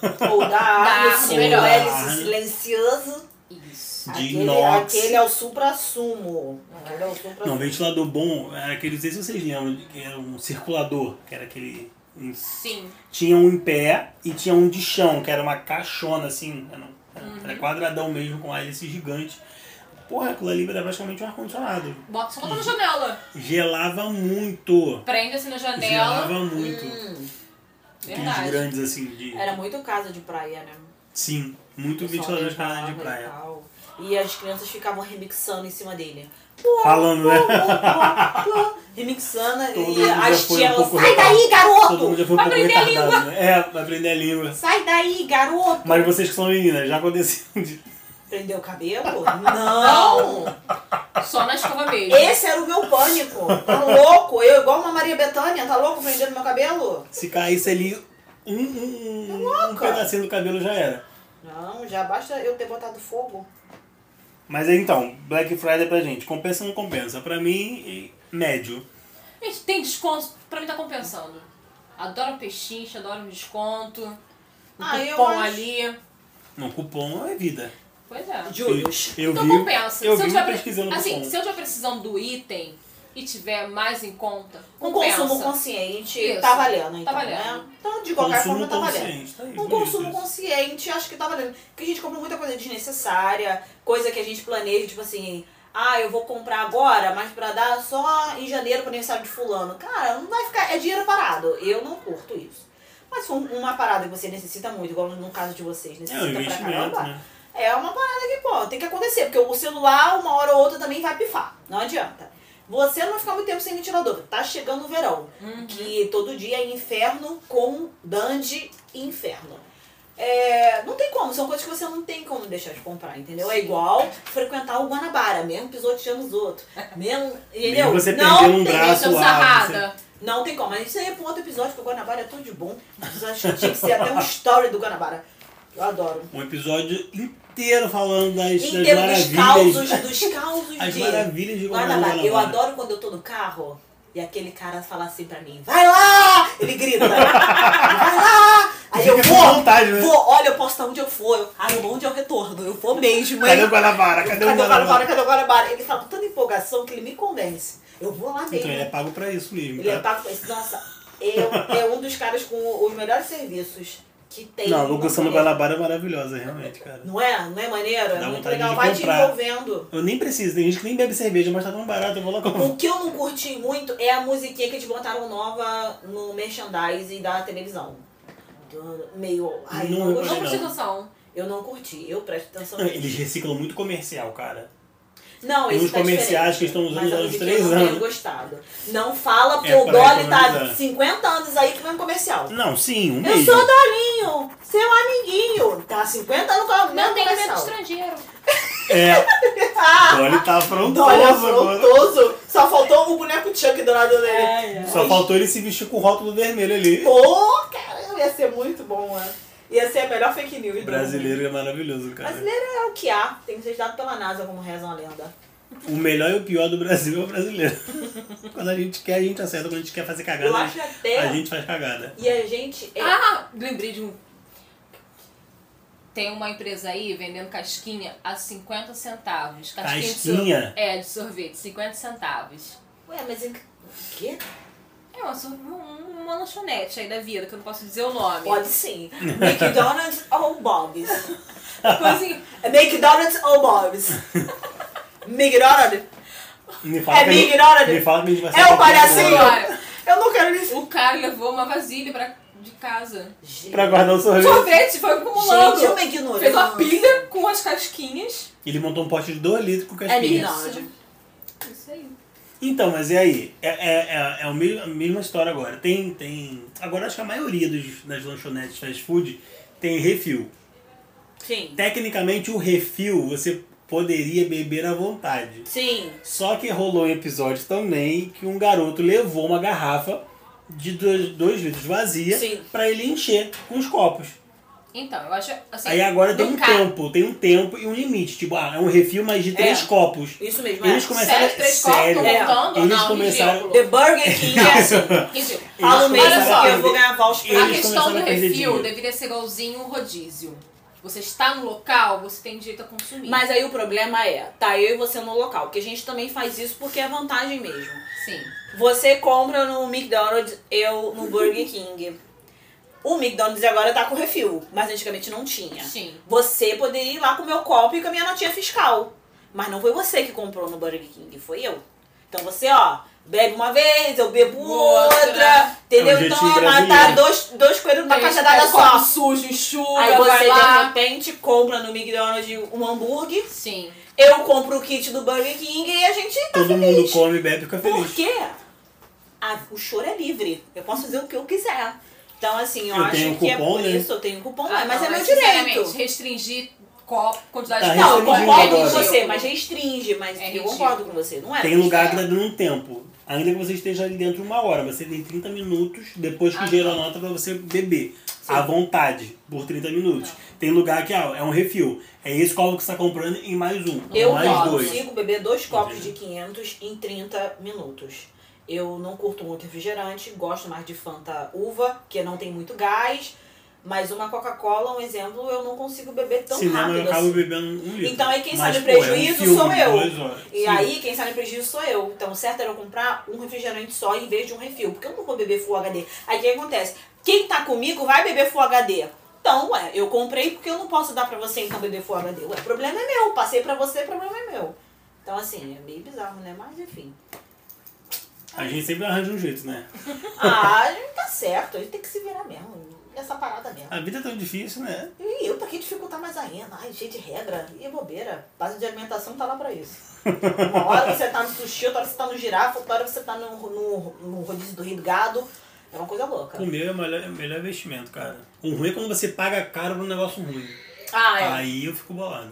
Ou Tipo, da
Dá,
árvore,
melhor.
o hélice silencioso.
Isso.
De
Aquele,
inox.
aquele é o supra-sumo. Aquele é o supra
Não, ventilador bom era aquele, não sei se vocês lembram, que era um circulador, que era aquele. um-
Sim.
Tinha um em pé e tinha um de chão, que era uma caixona assim, era, um- era-
Uhum.
era quadradão mesmo, com hélice gigante. Porra, aquilo ali era praticamente um ar-condicionado.
Bota, só bota na janela.
Gelava muito.
Prende assim na janela.
Gelava muito.
Hum,
Aqueles
Verdade.
grandes assim de.
Era muito casa de praia, né?
Sim, muito ventilador de canal de
E,
praia.
tal. e as crianças ficavam remixando em cima dele.
Falando, né?
Remixando
Todo
e
mundo já
as
foi um
tias.
pouco
sai
retardado.
daí,
Todo
garoto!
mundo já foi um pouco
Aprender a
retardado, né? É, pra aprender a língua.
Sai daí, garoto!
Mas vocês que são meninas, já aconteceu de.
Prendeu o cabelo? Não!
Só na escova mesmo.
Esse era o meu pânico. Tá louco? Eu, igual uma Maria Bethânia, tá louco prendendo meu cabelo?
Se caísse ali um, um, um, um pedacinho do cabelo já era.
Não, já basta eu ter botado fogo.
Mas então, Black Friday pra gente, compensa ou não compensa? Pra mim, médio.
Gente, tem desconto. Pra mim tá compensando. Adoro pechincha, adoro desconto. Um
Ah, eu
cupom
acho-
ali.
Não, cupom é vida.
Pois é.
Juros.
Eu
então
vi,
compensa.
eu
se eu
vi
tiver pre-
pesquisando
assim,
cupom.
se eu tiver precisando do item e tiver mais em conta,
Um
compensa.
consumo consciente
Isso.
tá valendo, então,
Tá valendo.
né? Então, de qualquer
consumo
forma, tá valendo.
consciente, tá aí,
Um
bonito
consumo
isso.
consciente, acho que tá valendo. Porque a gente compra muita coisa desnecessária, coisa que a gente planeja, tipo assim, ah, eu vou comprar agora, mas pra dar só em janeiro pro aniversário de fulano. Cara, não vai ficar. É dinheiro parado. Eu não curto isso. Mas se for uma parada que você necessita muito, igual no caso de vocês,
É um
necessita pra
investimento,
caramba.
né?
É uma parada que, pô, tem que acontecer, porque o celular, uma hora ou outra, também vai pifar. Não adianta. Você não vai ficar muito tempo sem ventilador. Tá chegando o verão, que todo dia é inferno com dandy e inferno. É, não tem como, são coisas que você não tem como deixar de comprar, entendeu? É
Sim.
igual frequentar o Guanabara, mesmo pisoteando os outros. Mesmo, entendeu?
Mesmo você
não
perdendo um
tem
braço lá.
Estamos
você-
sarrada.
não tem como, mas isso aí é pra um outro episódio, porque o Guanabara é tudo de bom. Eu Acho que tinha que ser até uma história do Guanabara. Eu adoro.
Um episódio inteiro falando das, das
Inteiro dos causos,
maravilhas.
dos causos
As
de.
maravilhas de
Guanabara.
Guanabara.
Eu adoro quando eu tô no carro e aquele cara fala assim pra mim, vai lá! Ele grita, vai lá! Aí eu
Fica com
vou,
vontade, né?
vou, olha, eu posso estar onde eu for. Eu, ah, eu vou onde eu retorno, eu vou mesmo, hein?
Cadê o Guanabara? Cadê, o Guanabara?
Cadê o Guanabara? Ele fala com tanta empolgação que ele me convence. Eu vou lá mesmo.
Então ele é pago pra isso mesmo.
Ele é
tá?
pago pra isso. Nossa, é, é um dos caras com os melhores serviços que tem.
Não, a locução do
Maneiro.
Guanabara é maravilhosa, realmente, cara.
Não é? Não é maneiro?
Dá
É muito
vontade de
legal. Vai te
comprar.
envolvendo.
Eu nem preciso, tem gente que nem bebe cerveja, mas tá tão barato, eu vou lá comprar.
O que eu não curti muito é a musiquinha que eles botaram nova no merchandising da televisão. Do- Meio. Ai,
Não,
não, eu,
eu
Não
Não.
um.
não,
prestei atenção.
eu não curti. Eu presto atenção nisso.
Eles reciclam muito comercial, cara.
Não, esse
Nos
tá
comerciais
diferente.
que estão usando
Mas
há
eu
uns
vi que
três
eu não tenho
anos.
gostado. Não fala, porque
É
o
pra
Dolly tá
economizar.
50 anos aí comendo comercial.
Não, sim, um
Eu
mês.
sou Dolinho, seu amiguinho. Tá 50 anos comendo
Não tem um. medo de
comercial.
estrangeiro.
É. Dolly tá afrontoso
é
Olha,
agora.
afrontoso. Só faltou o boneco Chuck do lado dele.
É,
Só faltou ele se vestir com o rótulo vermelho ali.
Pô, caramba, ia ser muito bom, né? Ia ser a melhor fake news. do mundo.
Brasileiro é maravilhoso, cara.
Brasileiro é o que há. Tem que ser dado pela NASA, como reza a lenda.
O melhor e o pior do Brasil é o brasileiro. quando a gente quer, a gente acerta. Quando a gente quer fazer
Eu
cagada, a
acho
gente-
até...
a gente faz cagada.
E a gente... É...
Ah, lembrei de um. Tem uma empresa aí vendendo casquinha a 50 centavos. de sor-
Casquinha?
É, de sorvete, 50 centavos.
Ué, mas... em- Quê?
É uma, sor- um- uma lanchonete aí da vida, que eu não posso dizer o nome.
Pode sim. McDonald's ou Bob's?
Depois, assim,
McDonald's ou Bob's? McDonald's?
Me fala
É
que a gente-
Big Brother?
Me fala que a gente vai um
É o palhacinho?
agora
Cara,
Eu não quero isso.
o cara levou uma vasilha pra, de casa.
Pra guardar o sorvete.
Sorvete, foi acumulando.
Gente, é eu me ignoro.
Fez uma pilha com as casquinhas.
Ele montou um pote de 2 litros com
É
casquinha.
McDonald's.
Isso aí.
Então, mas e aí? É, é, é, é o mesmo- a mesma história agora. Tem, tem. Agora acho que a maioria dos, das lanchonetes fast food tem refil.
Sim.
Tecnicamente, o refil você poderia beber à vontade.
Sim.
Só que rolou um episódio também que um garoto levou uma garrafa de 2 litros vazia
Sim.
pra ele encher com os copos.
Então, eu acho assim.
Aí agora tem um
nunca-
tempo, tem um tempo e um limite. Tipo, ah, é um refil mais de três
É.
copos.
Isso mesmo.
Eles
é.
começaram.
Sério, três copos?
sério,
É.
Contando?
Eles
Não,
começaram.
ridículo.
The Burger King é assim.
Ridículo.
Fala o
Eles
mesmo
começaram
que
a
eu vou ganhar voucher.
A
Eles
questão
começaram
do
a perder
refil
dinheiro.
deveria ser igualzinho um rodízio. Você está no local, você tem direito a consumir.
Mas aí o problema é, tá eu e você no local, que a gente também faz isso porque é vantagem mesmo.
Sim.
Você compra no McDonald's, eu no Burger King. O McDonald's agora tá com refil, mas antigamente não tinha.
Sim.
Você poderia ir lá com o meu copo e com a minha notinha fiscal. Mas não foi você que comprou no Burger King, foi eu. Então você, ó, bebe uma vez, eu bebo outra,
Outra.
É
entendeu?
um
então
jeitinho
é matar
brasileiro.
dois, dois coelhos numa
né? Três
caixa d'água
pés, copo
só.
sujo, enxuga,
Aí
vai
você, um- de
lá.
repente, compra no McDonald's um hambúrguer,
Sim.
eu compro o kit do Burger King e a gente tá
Todo
feliz.
mundo come, bebe e fica feliz.
Porque a- o choro é livre. Eu posso fazer o que eu quiser. Então, assim, eu,
Eu
acho
tenho
que é
cupom,
por
né?
isso. Eu tenho cupom,
Ah,
mas
não,
é meu
sinceramente,
direito.
Restringir copo, quantidade
Tá
de
Não, eu
copo.
restringindo
concordo com
agora.
você, mas restringe. Mas
É
eu
ridículo.
concordo com você, não é?
Tem
justo.
lugar que tá dando um tempo. Ainda que você esteja ali dentro uma hora, você tem 30 minutos depois que
Ah,
gerou a
não.
nota pra você beber. À vontade, por 30 minutos. Tem lugar que ah, é um refil. É esse copo que você tá comprando em mais um.
Eu
mais
não
dois.
consigo beber dois copos de 500 em 30 minutos. Eu não curto muito refrigerante, gosto mais de Fanta uva, que não tem muito gás. Mas uma Coca-Cola, um exemplo, eu não consigo beber tão
Cinema é
rápido
eu acabo
assim.
bebendo um litro.
Então, aí quem
Mas,
sabe
pô, é um
prejuízo
filme,
sou eu.
duas horas.
E
Sim.
aí, quem sai no prejuízo sou eu. Então, o certo era eu comprar um refrigerante só em vez de um refil. Porque eu não vou beber Full HD. Aí, o que acontece? Quem tá comigo vai beber Full HD. Então, ué, eu comprei porque eu não posso dar pra você, então, beber Full HD. Ué, problema é meu. Passei pra você, problema é meu. Então, assim, é meio bizarro, né? Mas, enfim.
A gente sempre arranja um jeito, né?
Ah, tá certo. A gente tem que se virar mesmo. Essa parada mesmo.
A vida é tão difícil, né?
E eu pra que dificultar mais ainda? Ai, cheio de regra. E é bobeira. Base de alimentação tá lá pra isso. Uma hora você tá no sushi, outra hora você tá no girafa, outra hora você tá no, no, no rodízio do Rio do Gado. É uma coisa louca.
Comer é o melhor, é o melhor investimento, cara. O ruim é quando você paga caro pra um negócio ruim.
Ah,
Aí eu fico bolado.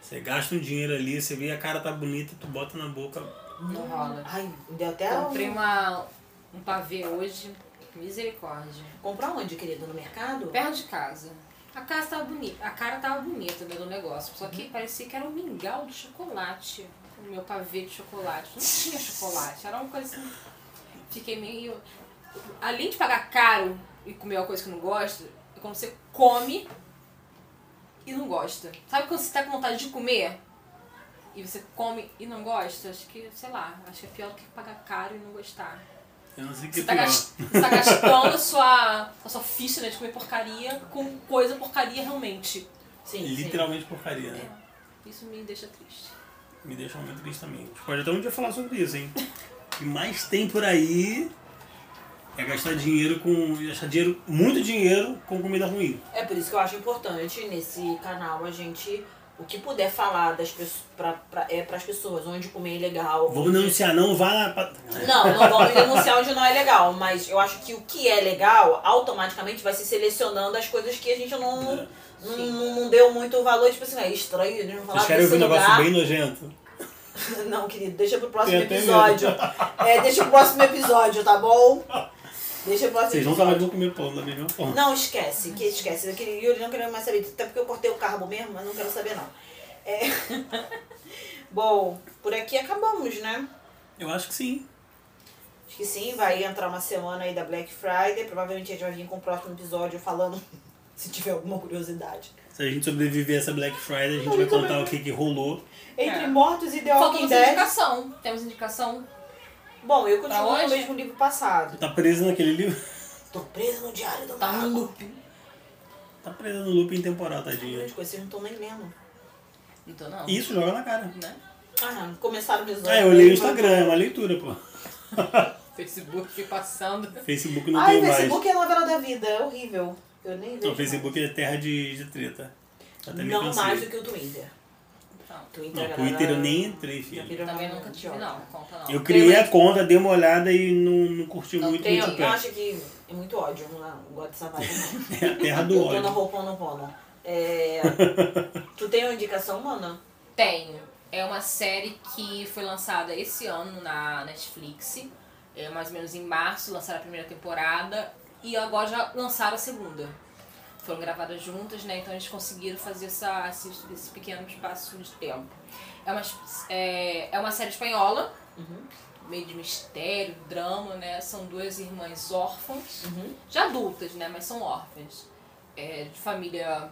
Você gasta um dinheiro ali, você vê a cara tá bonita, tu bota na boca.
Não rola.
Ai, deu até...
Comprei uma, um pavê hoje. Misericórdia.
Comprar onde, querido? No mercado?
Perto de casa. A casa tava bonita. A cara tava bonita né, do negócio. Só que parecia que era um mingau de chocolate. O meu pavê de chocolate. Não tinha chocolate. Era uma coisa assim. Fiquei meio. Além de pagar caro e comer uma coisa que eu não gosto, é quando você come e não gosta. Sabe quando você tá com vontade de comer? E você come e não gosta? Acho que, sei lá, acho que é pior do que pagar caro e não gostar.
Eu não sei o que
Você
é
tá,
pior.
gas- você tá gastando a sua, a sua ficha né, de comer porcaria com coisa porcaria realmente.
Sim,
Literalmente porcaria, né?
Isso me deixa triste.
É.
Me deixa muito triste também. A gente pode até um dia falar sobre isso, hein? O que mais tem por aí é gastar dinheiro com. gastar dinheiro, muito dinheiro com comida ruim.
sim. É por isso que eu acho importante nesse canal a gente O que puder falar das pessoas, pra, pra, é para as pessoas, onde comer é legal.
Vamos
onde-
denunciar, não vá lá pra...
Não, não vamos denunciar onde não é legal, mas eu acho que o que é legal automaticamente vai se selecionando as coisas que a gente não,
É.
não, não- não deu muito valor. Tipo assim, é estranho, eles não
Vocês
falaram
querem
desse
ouvir um negócio
é lugar.
bem nojento?
Não, querido, deixa pro próximo
Tenho até
episódio.
É, deixa o próximo episódio, tá bom? Deixa o próximo
Vocês não
episódio.
trabalham comer pão da mesma forma.
Não, esquece, que esquece. Aquele Yuri não quero mais saber, até porque eu cortei o carbo mesmo, mas não quero saber não. É. Bom, por aqui acabamos, né?
Eu acho que sim.
Acho que sim, vai entrar uma semana aí da Black Friday. Provavelmente a gente vai vir com o próximo episódio falando se tiver alguma curiosidade.
Se a gente sobreviver a essa Black Friday, a gente vai contar o que, que rolou.
Entre
É.
mortos e The
Falta
Walking
uma
Dead.
indicação. Temos indicação?
Bom, eu
Pra
continuo no
hoje?
mesmo livro passado.
Tá presa naquele livro.
Tô presa no diário do
Tá no
mago.
loop.
Tá presa no looping temporal, tadinha.
Gente, vocês não estão nem lendo.
Não tô Então não.
Isso, joga na cara.
Né?
Ah, começaram meus
Ah, eu olhei o Instagram, é uma leitura, pô.
Facebook passando.
Ah, Facebook não
Ai,
tem
Facebook é novela da vida, é horrível. Eu nem
mais.
vejo.
O Facebook é terra de, de treta. Tá Até me
Não mais do
cansei.
que o Twitter.
Então,
Twitter,
Não,
a
Twitter
galera-
eu nem entrei, filho.
Twitter é um
também
não-
nunca tive, não. Conta não.
Eu criei
Tem
a conta, dei uma olhada e não, não curti
Não
muito,
tem,
Eu,
muito
eu
pé.
acho que é muito ódio, não, não gosto dessa vibe. não.
É a terra do
Eu tô na
ódio.
Roponopono. É... tu tem uma indicação, mana?
Tenho. É uma série que foi lançada esse ano na Netflix. É mais ou menos em março, lançaram a primeira temporada. E agora já lançaram a segunda. Foram gravadas juntas, né? Então eles conseguiram fazer essa, esse, esse pequeno espaço de tempo. É uma, es- é, é uma série espanhola. Meio de mistério, drama, né? São duas irmãs órfãs
Uhum.
já adultas, né? Mas são órfãs. É, de família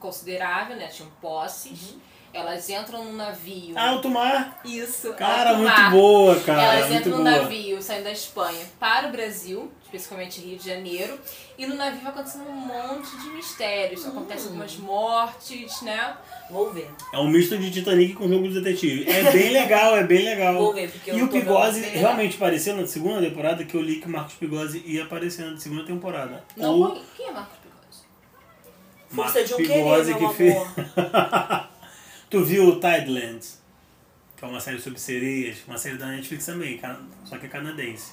considerável, né? Tinham posses. Elas entram num navio.
Alto
Ah,
mar!
Isso.
Ah, Cara,
alto
muito
mar.
boa, cara.
Elas
Muito
entram num
boa.
um navio, saindo da Espanha para o Brasil, especificamente Rio de Janeiro. E no navio vai acontecendo um monte de mistérios. Então,
Uhum.
Acontecem algumas mortes, né?
Vou ver.
É um misto de Titanic com jogo de detetive. É bem legal, é bem legal.
Vou ver, porque eu
E
não
o
tô vendo
Pigose
série.
realmente apareceu na segunda temporada, que eu li que o Marcos Pigose ia aparecer na segunda temporada.
Não,
Ou
conhe- Quem é Marcos Pigozzi?
Força
Marcos
de um querer,
Pigose que
meu
fez.
amor.
tu viu o Tidelands? Que é uma série sobre sereias, uma série da Netflix também, cana- só que é canadense.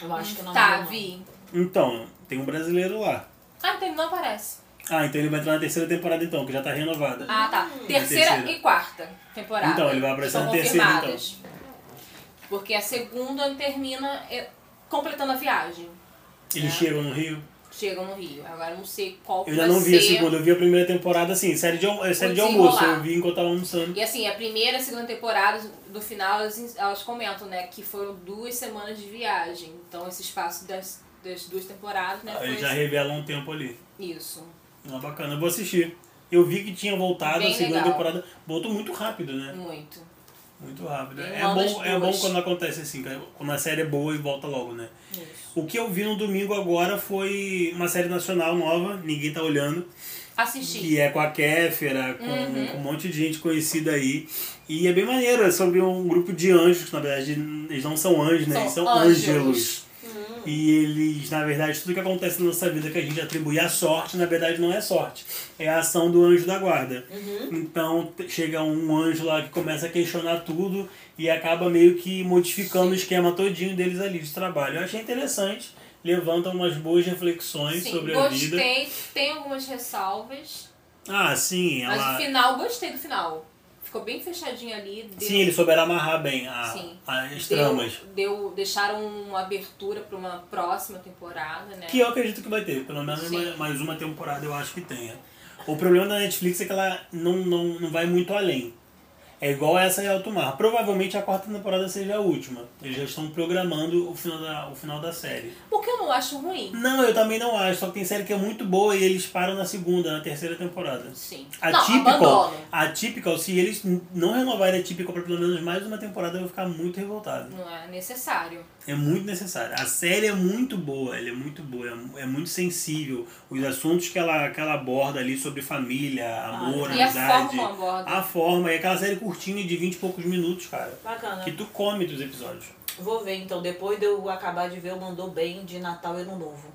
Eu acho que não
Tá,
vou, não.
vi.
Então, tem um brasileiro lá.
Ah, então ele não aparece.
Ah, então ele vai entrar na terceira temporada então, que já tá renovada.
Ah, tá. Terceira,
terceira.
e quarta temporada.
Então, ele vai aparecer
Estão
na terceira,
confirmadas. Porque a segunda termina é, completando a viagem.
Eles
É.
chegam no Rio.
Chegam no Rio. Agora eu não sei qual
Eu
vai
ainda não vi a
ser.
segunda, eu vi a primeira temporada assim, série de, al- é série de
Vou
almoço.
desenrolar.
Eu vi enquanto tava almoçando.
E assim, a primeira e a segunda temporada do final, elas, elas comentam, né, que foram duas semanas de viagem. Então esse espaço das, das duas temporadas, né, foi
Aí já
esse-
revela um tempo ali.
isso.
Uma bacana, eu vou assistir. Eu vi que tinha voltado
Bem
a segunda
legal.
temporada. Voltou muito rápido, né?
Muito.
Muito rápido.
Bem
É
uma das
bom, é bom
duas.
quando acontece assim, cara. quando a série é boa e volta logo, né?
Isso.
O que eu vi no domingo agora foi uma série nacional nova, ninguém tá olhando,
Assisti.
que é com a Kéfera, com,
Uhum.
com um monte de gente conhecida aí. E é bem maneiro, é sobre um grupo de anjos, que na verdade eles não são anjos, né?
São Hum.
eles são
ângelos.
ângelos. E eles, na verdade, tudo que acontece na nossa vida que a gente atribui à sorte, na verdade não é sorte. É a ação do anjo da guarda.
Uhum.
Então te- chega um anjo lá que começa a questionar tudo e acaba meio que modificando o esquema todinho deles ali de trabalho. Eu achei interessante, levanta umas boas reflexões
Sim,
sobre a vida.
gostei. Tem algumas ressalvas,
Ah, sim, ela.
mas o final, gostei do final. Ficou bem fechadinho ali. deu-
Sim, eles souberam amarrar bem a,
Sim.
as tramas.
deu, né? deu, deixaram uma abertura pra uma próxima temporada, né?
Que é eu acredito que vai ter, pelo menos
Sim.
mais, mais uma temporada eu acho que tenha. O problema da Netflix é que ela não, não, não vai muito além. É igual essa em Alto Mar. Provavelmente a quarta temporada seja a última. Eles já estão programando o final da, o final da série.
O que eu não acho ruim.
Não, eu também não acho, só que tem série que é muito boa e eles param na segunda, na terceira temporada.
Sim.
A
não,
Typical,
abandono.
a Typical, se eles n- não renovarem a Typical pra pelo menos mais uma temporada, eu vou ficar muito revoltado.
Não é necessário.
É muito necessário. A série é muito boa, ela é muito boa, é mu- é muito sensível. Os assuntos que ela, que ela aborda ali sobre família,
Ah,
amor,
E a forma
amizade.
como aborda.
A forma, e aquela série curtinha de 20 e poucos minutos, cara.
Bacana.
Que tu come dos episódios.
Vou ver então, depois de eu acabar de ver o Mandou Bem de Natal e Ano Novo.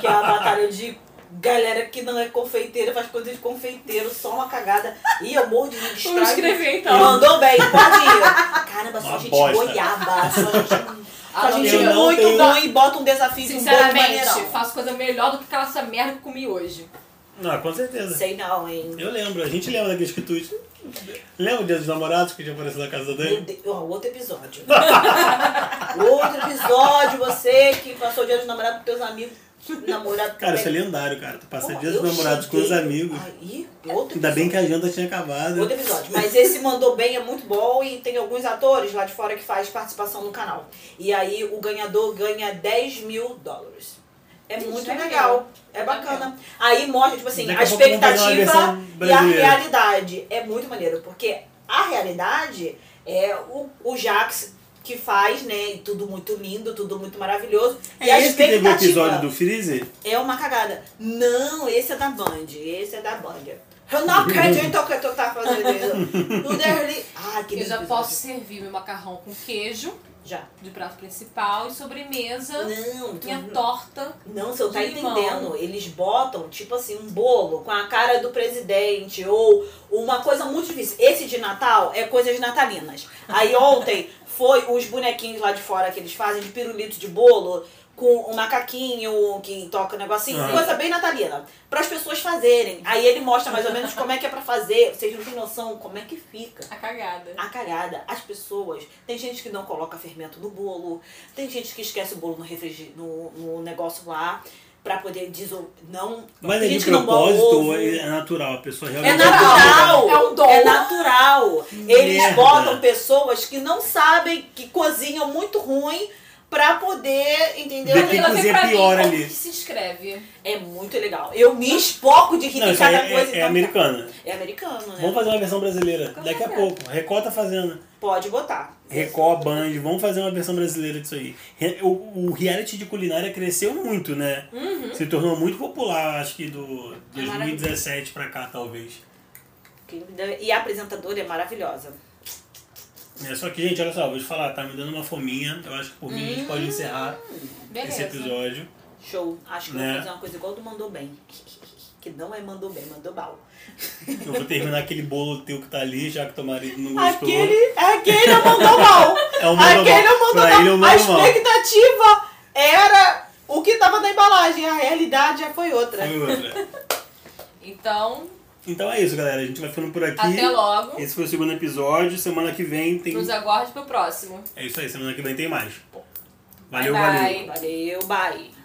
que é a batalha de Galera que não é confeiteira faz coisas de confeiteiro, só uma cagada. E eu morro de me distrair.
Vamos escrever, então.
Mandou bem, pode ir. Caramba, só
Uma
gente
bosta.
goiaba, só gente. Só
Ah,
gente
eu não
muito
tenho-
ruim e bota um desafio de um bom
Sinceramente,
maneirão.
faço coisa melhor do que aquela essa merda que comi hoje.
Ah, com certeza.
Sei não, hein.
Eu lembro, a gente lembra daqueles que tu. Lembra o Dia dos Namorados que tinha aparecido na casa da
Meu
Dani?
Deus, ó, outro episódio. outro episódio, você que passou o dia dos namorados com teus amigos. Namorado
Cara,
também.
isso é lendário, cara. Tu passa
Porra,
Dia dos
eu
Namorados com
cheguei-
os amigos.
Aí, outro
Ainda bem que a
episódio.
agenda tinha acabado.
Outro episódio. Mas esse mandou bem, é muito bom e tem alguns atores lá de fora que faz participação no canal. E aí o ganhador ganha 10 mil dólares. É
Isso
muito
é
legal.
legal.
É bacana. Aí mostra, tipo assim,
Daqui
a
a pouco vamos fazer uma
expectativa
versão
e a
brasileira.
realidade. É muito maneiro, porque a realidade é o, o Jax que faz, né? E tudo muito lindo, tudo muito maravilhoso. e a
É esse que teve o
expectativa-
episódio do Freezer?
é uma cagada. Não, esse é da Band. Esse é da Band. Eu não acredito que eu tá fazendo isso. O Derli. Ah, que
Eu já
episódio.
posso servir meu macarrão com queijo
Já.
de prato principal e sobremesa
Não, tu...
minha torta.
não, você não tá
de limão.
entendendo. Eles botam, tipo assim, um bolo com a cara do presidente ou uma coisa muito difícil. Esse de Natal é coisas natalinas. Aí ontem foi os bonequinhos lá de fora que eles fazem de pirulito de bolo com um macaquinho que toca um negocinho,
Ah.
coisa bem natalina, para as pessoas fazerem. Aí ele mostra mais ou menos como é que é para fazer, vocês não têm noção como é que fica.
A cagada.
Ah,
A cagada, as pessoas. Tem gente que não coloca fermento no bolo, tem gente que esquece o bolo no, refrigi, no, no negócio lá pra poder desol... não
Mas
tem
é
gente
de
que não bola
propósito
ovo.
ou é é natural? A pessoa
É
realmente.
natural!
É um dom.
É natural! Eles
Merda.
botam pessoas que não sabem, que cozinham muito ruim pra poder, entendeu?
Vê que
Ela vem
cozinha
pra mim,
pior
como
ali.
que se inscreve?
É muito legal. Eu me espoco de rir
Não,
de
isso aí
cada
é,
coisa.
é,
então tá.
americana.
É americano, né?
Vamos fazer uma versão brasileira.
Com
Daqui a
certeza.
pouco. Record tá fazendo.
Pode botar.
Record, Band, vamos fazer uma versão brasileira disso aí. Re- O, o reality de culinária cresceu muito, né?
Uhum.
Se tornou muito popular, acho que do 2017 pra cá, talvez.
E a apresentadora é maravilhosa.
É, só que, gente, olha só, vou te falar, tá me dando uma fominha. Eu acho que por mim a gente pode
Hum,
encerrar esse
Beleza.
episódio.
Show. Acho que eu
Né?
vou fazer uma coisa igual do Mandou Bem. Que não é Mandou Bem, Mandou Mal.
Eu vou terminar aquele bolo teu que tá ali, já que teu marido não gostou.
Aquele, aquele é o Mandou Mal.
É o mando
Aquele é
mal.
o Mandou
Pra ele é o
Mal. A
mando mal.
expectativa era o que tava na embalagem. A realidade já foi outra.
Foi outra.
Então,
Então é isso, galera. A gente vai ficando por aqui.
até logo.
Esse foi o segundo episódio. Semana que vem tem.
Nos aguarde pro próximo.
É isso aí, semana que vem tem mais. Valeu,
Bye, bye.
valeu.
Valeu, bye.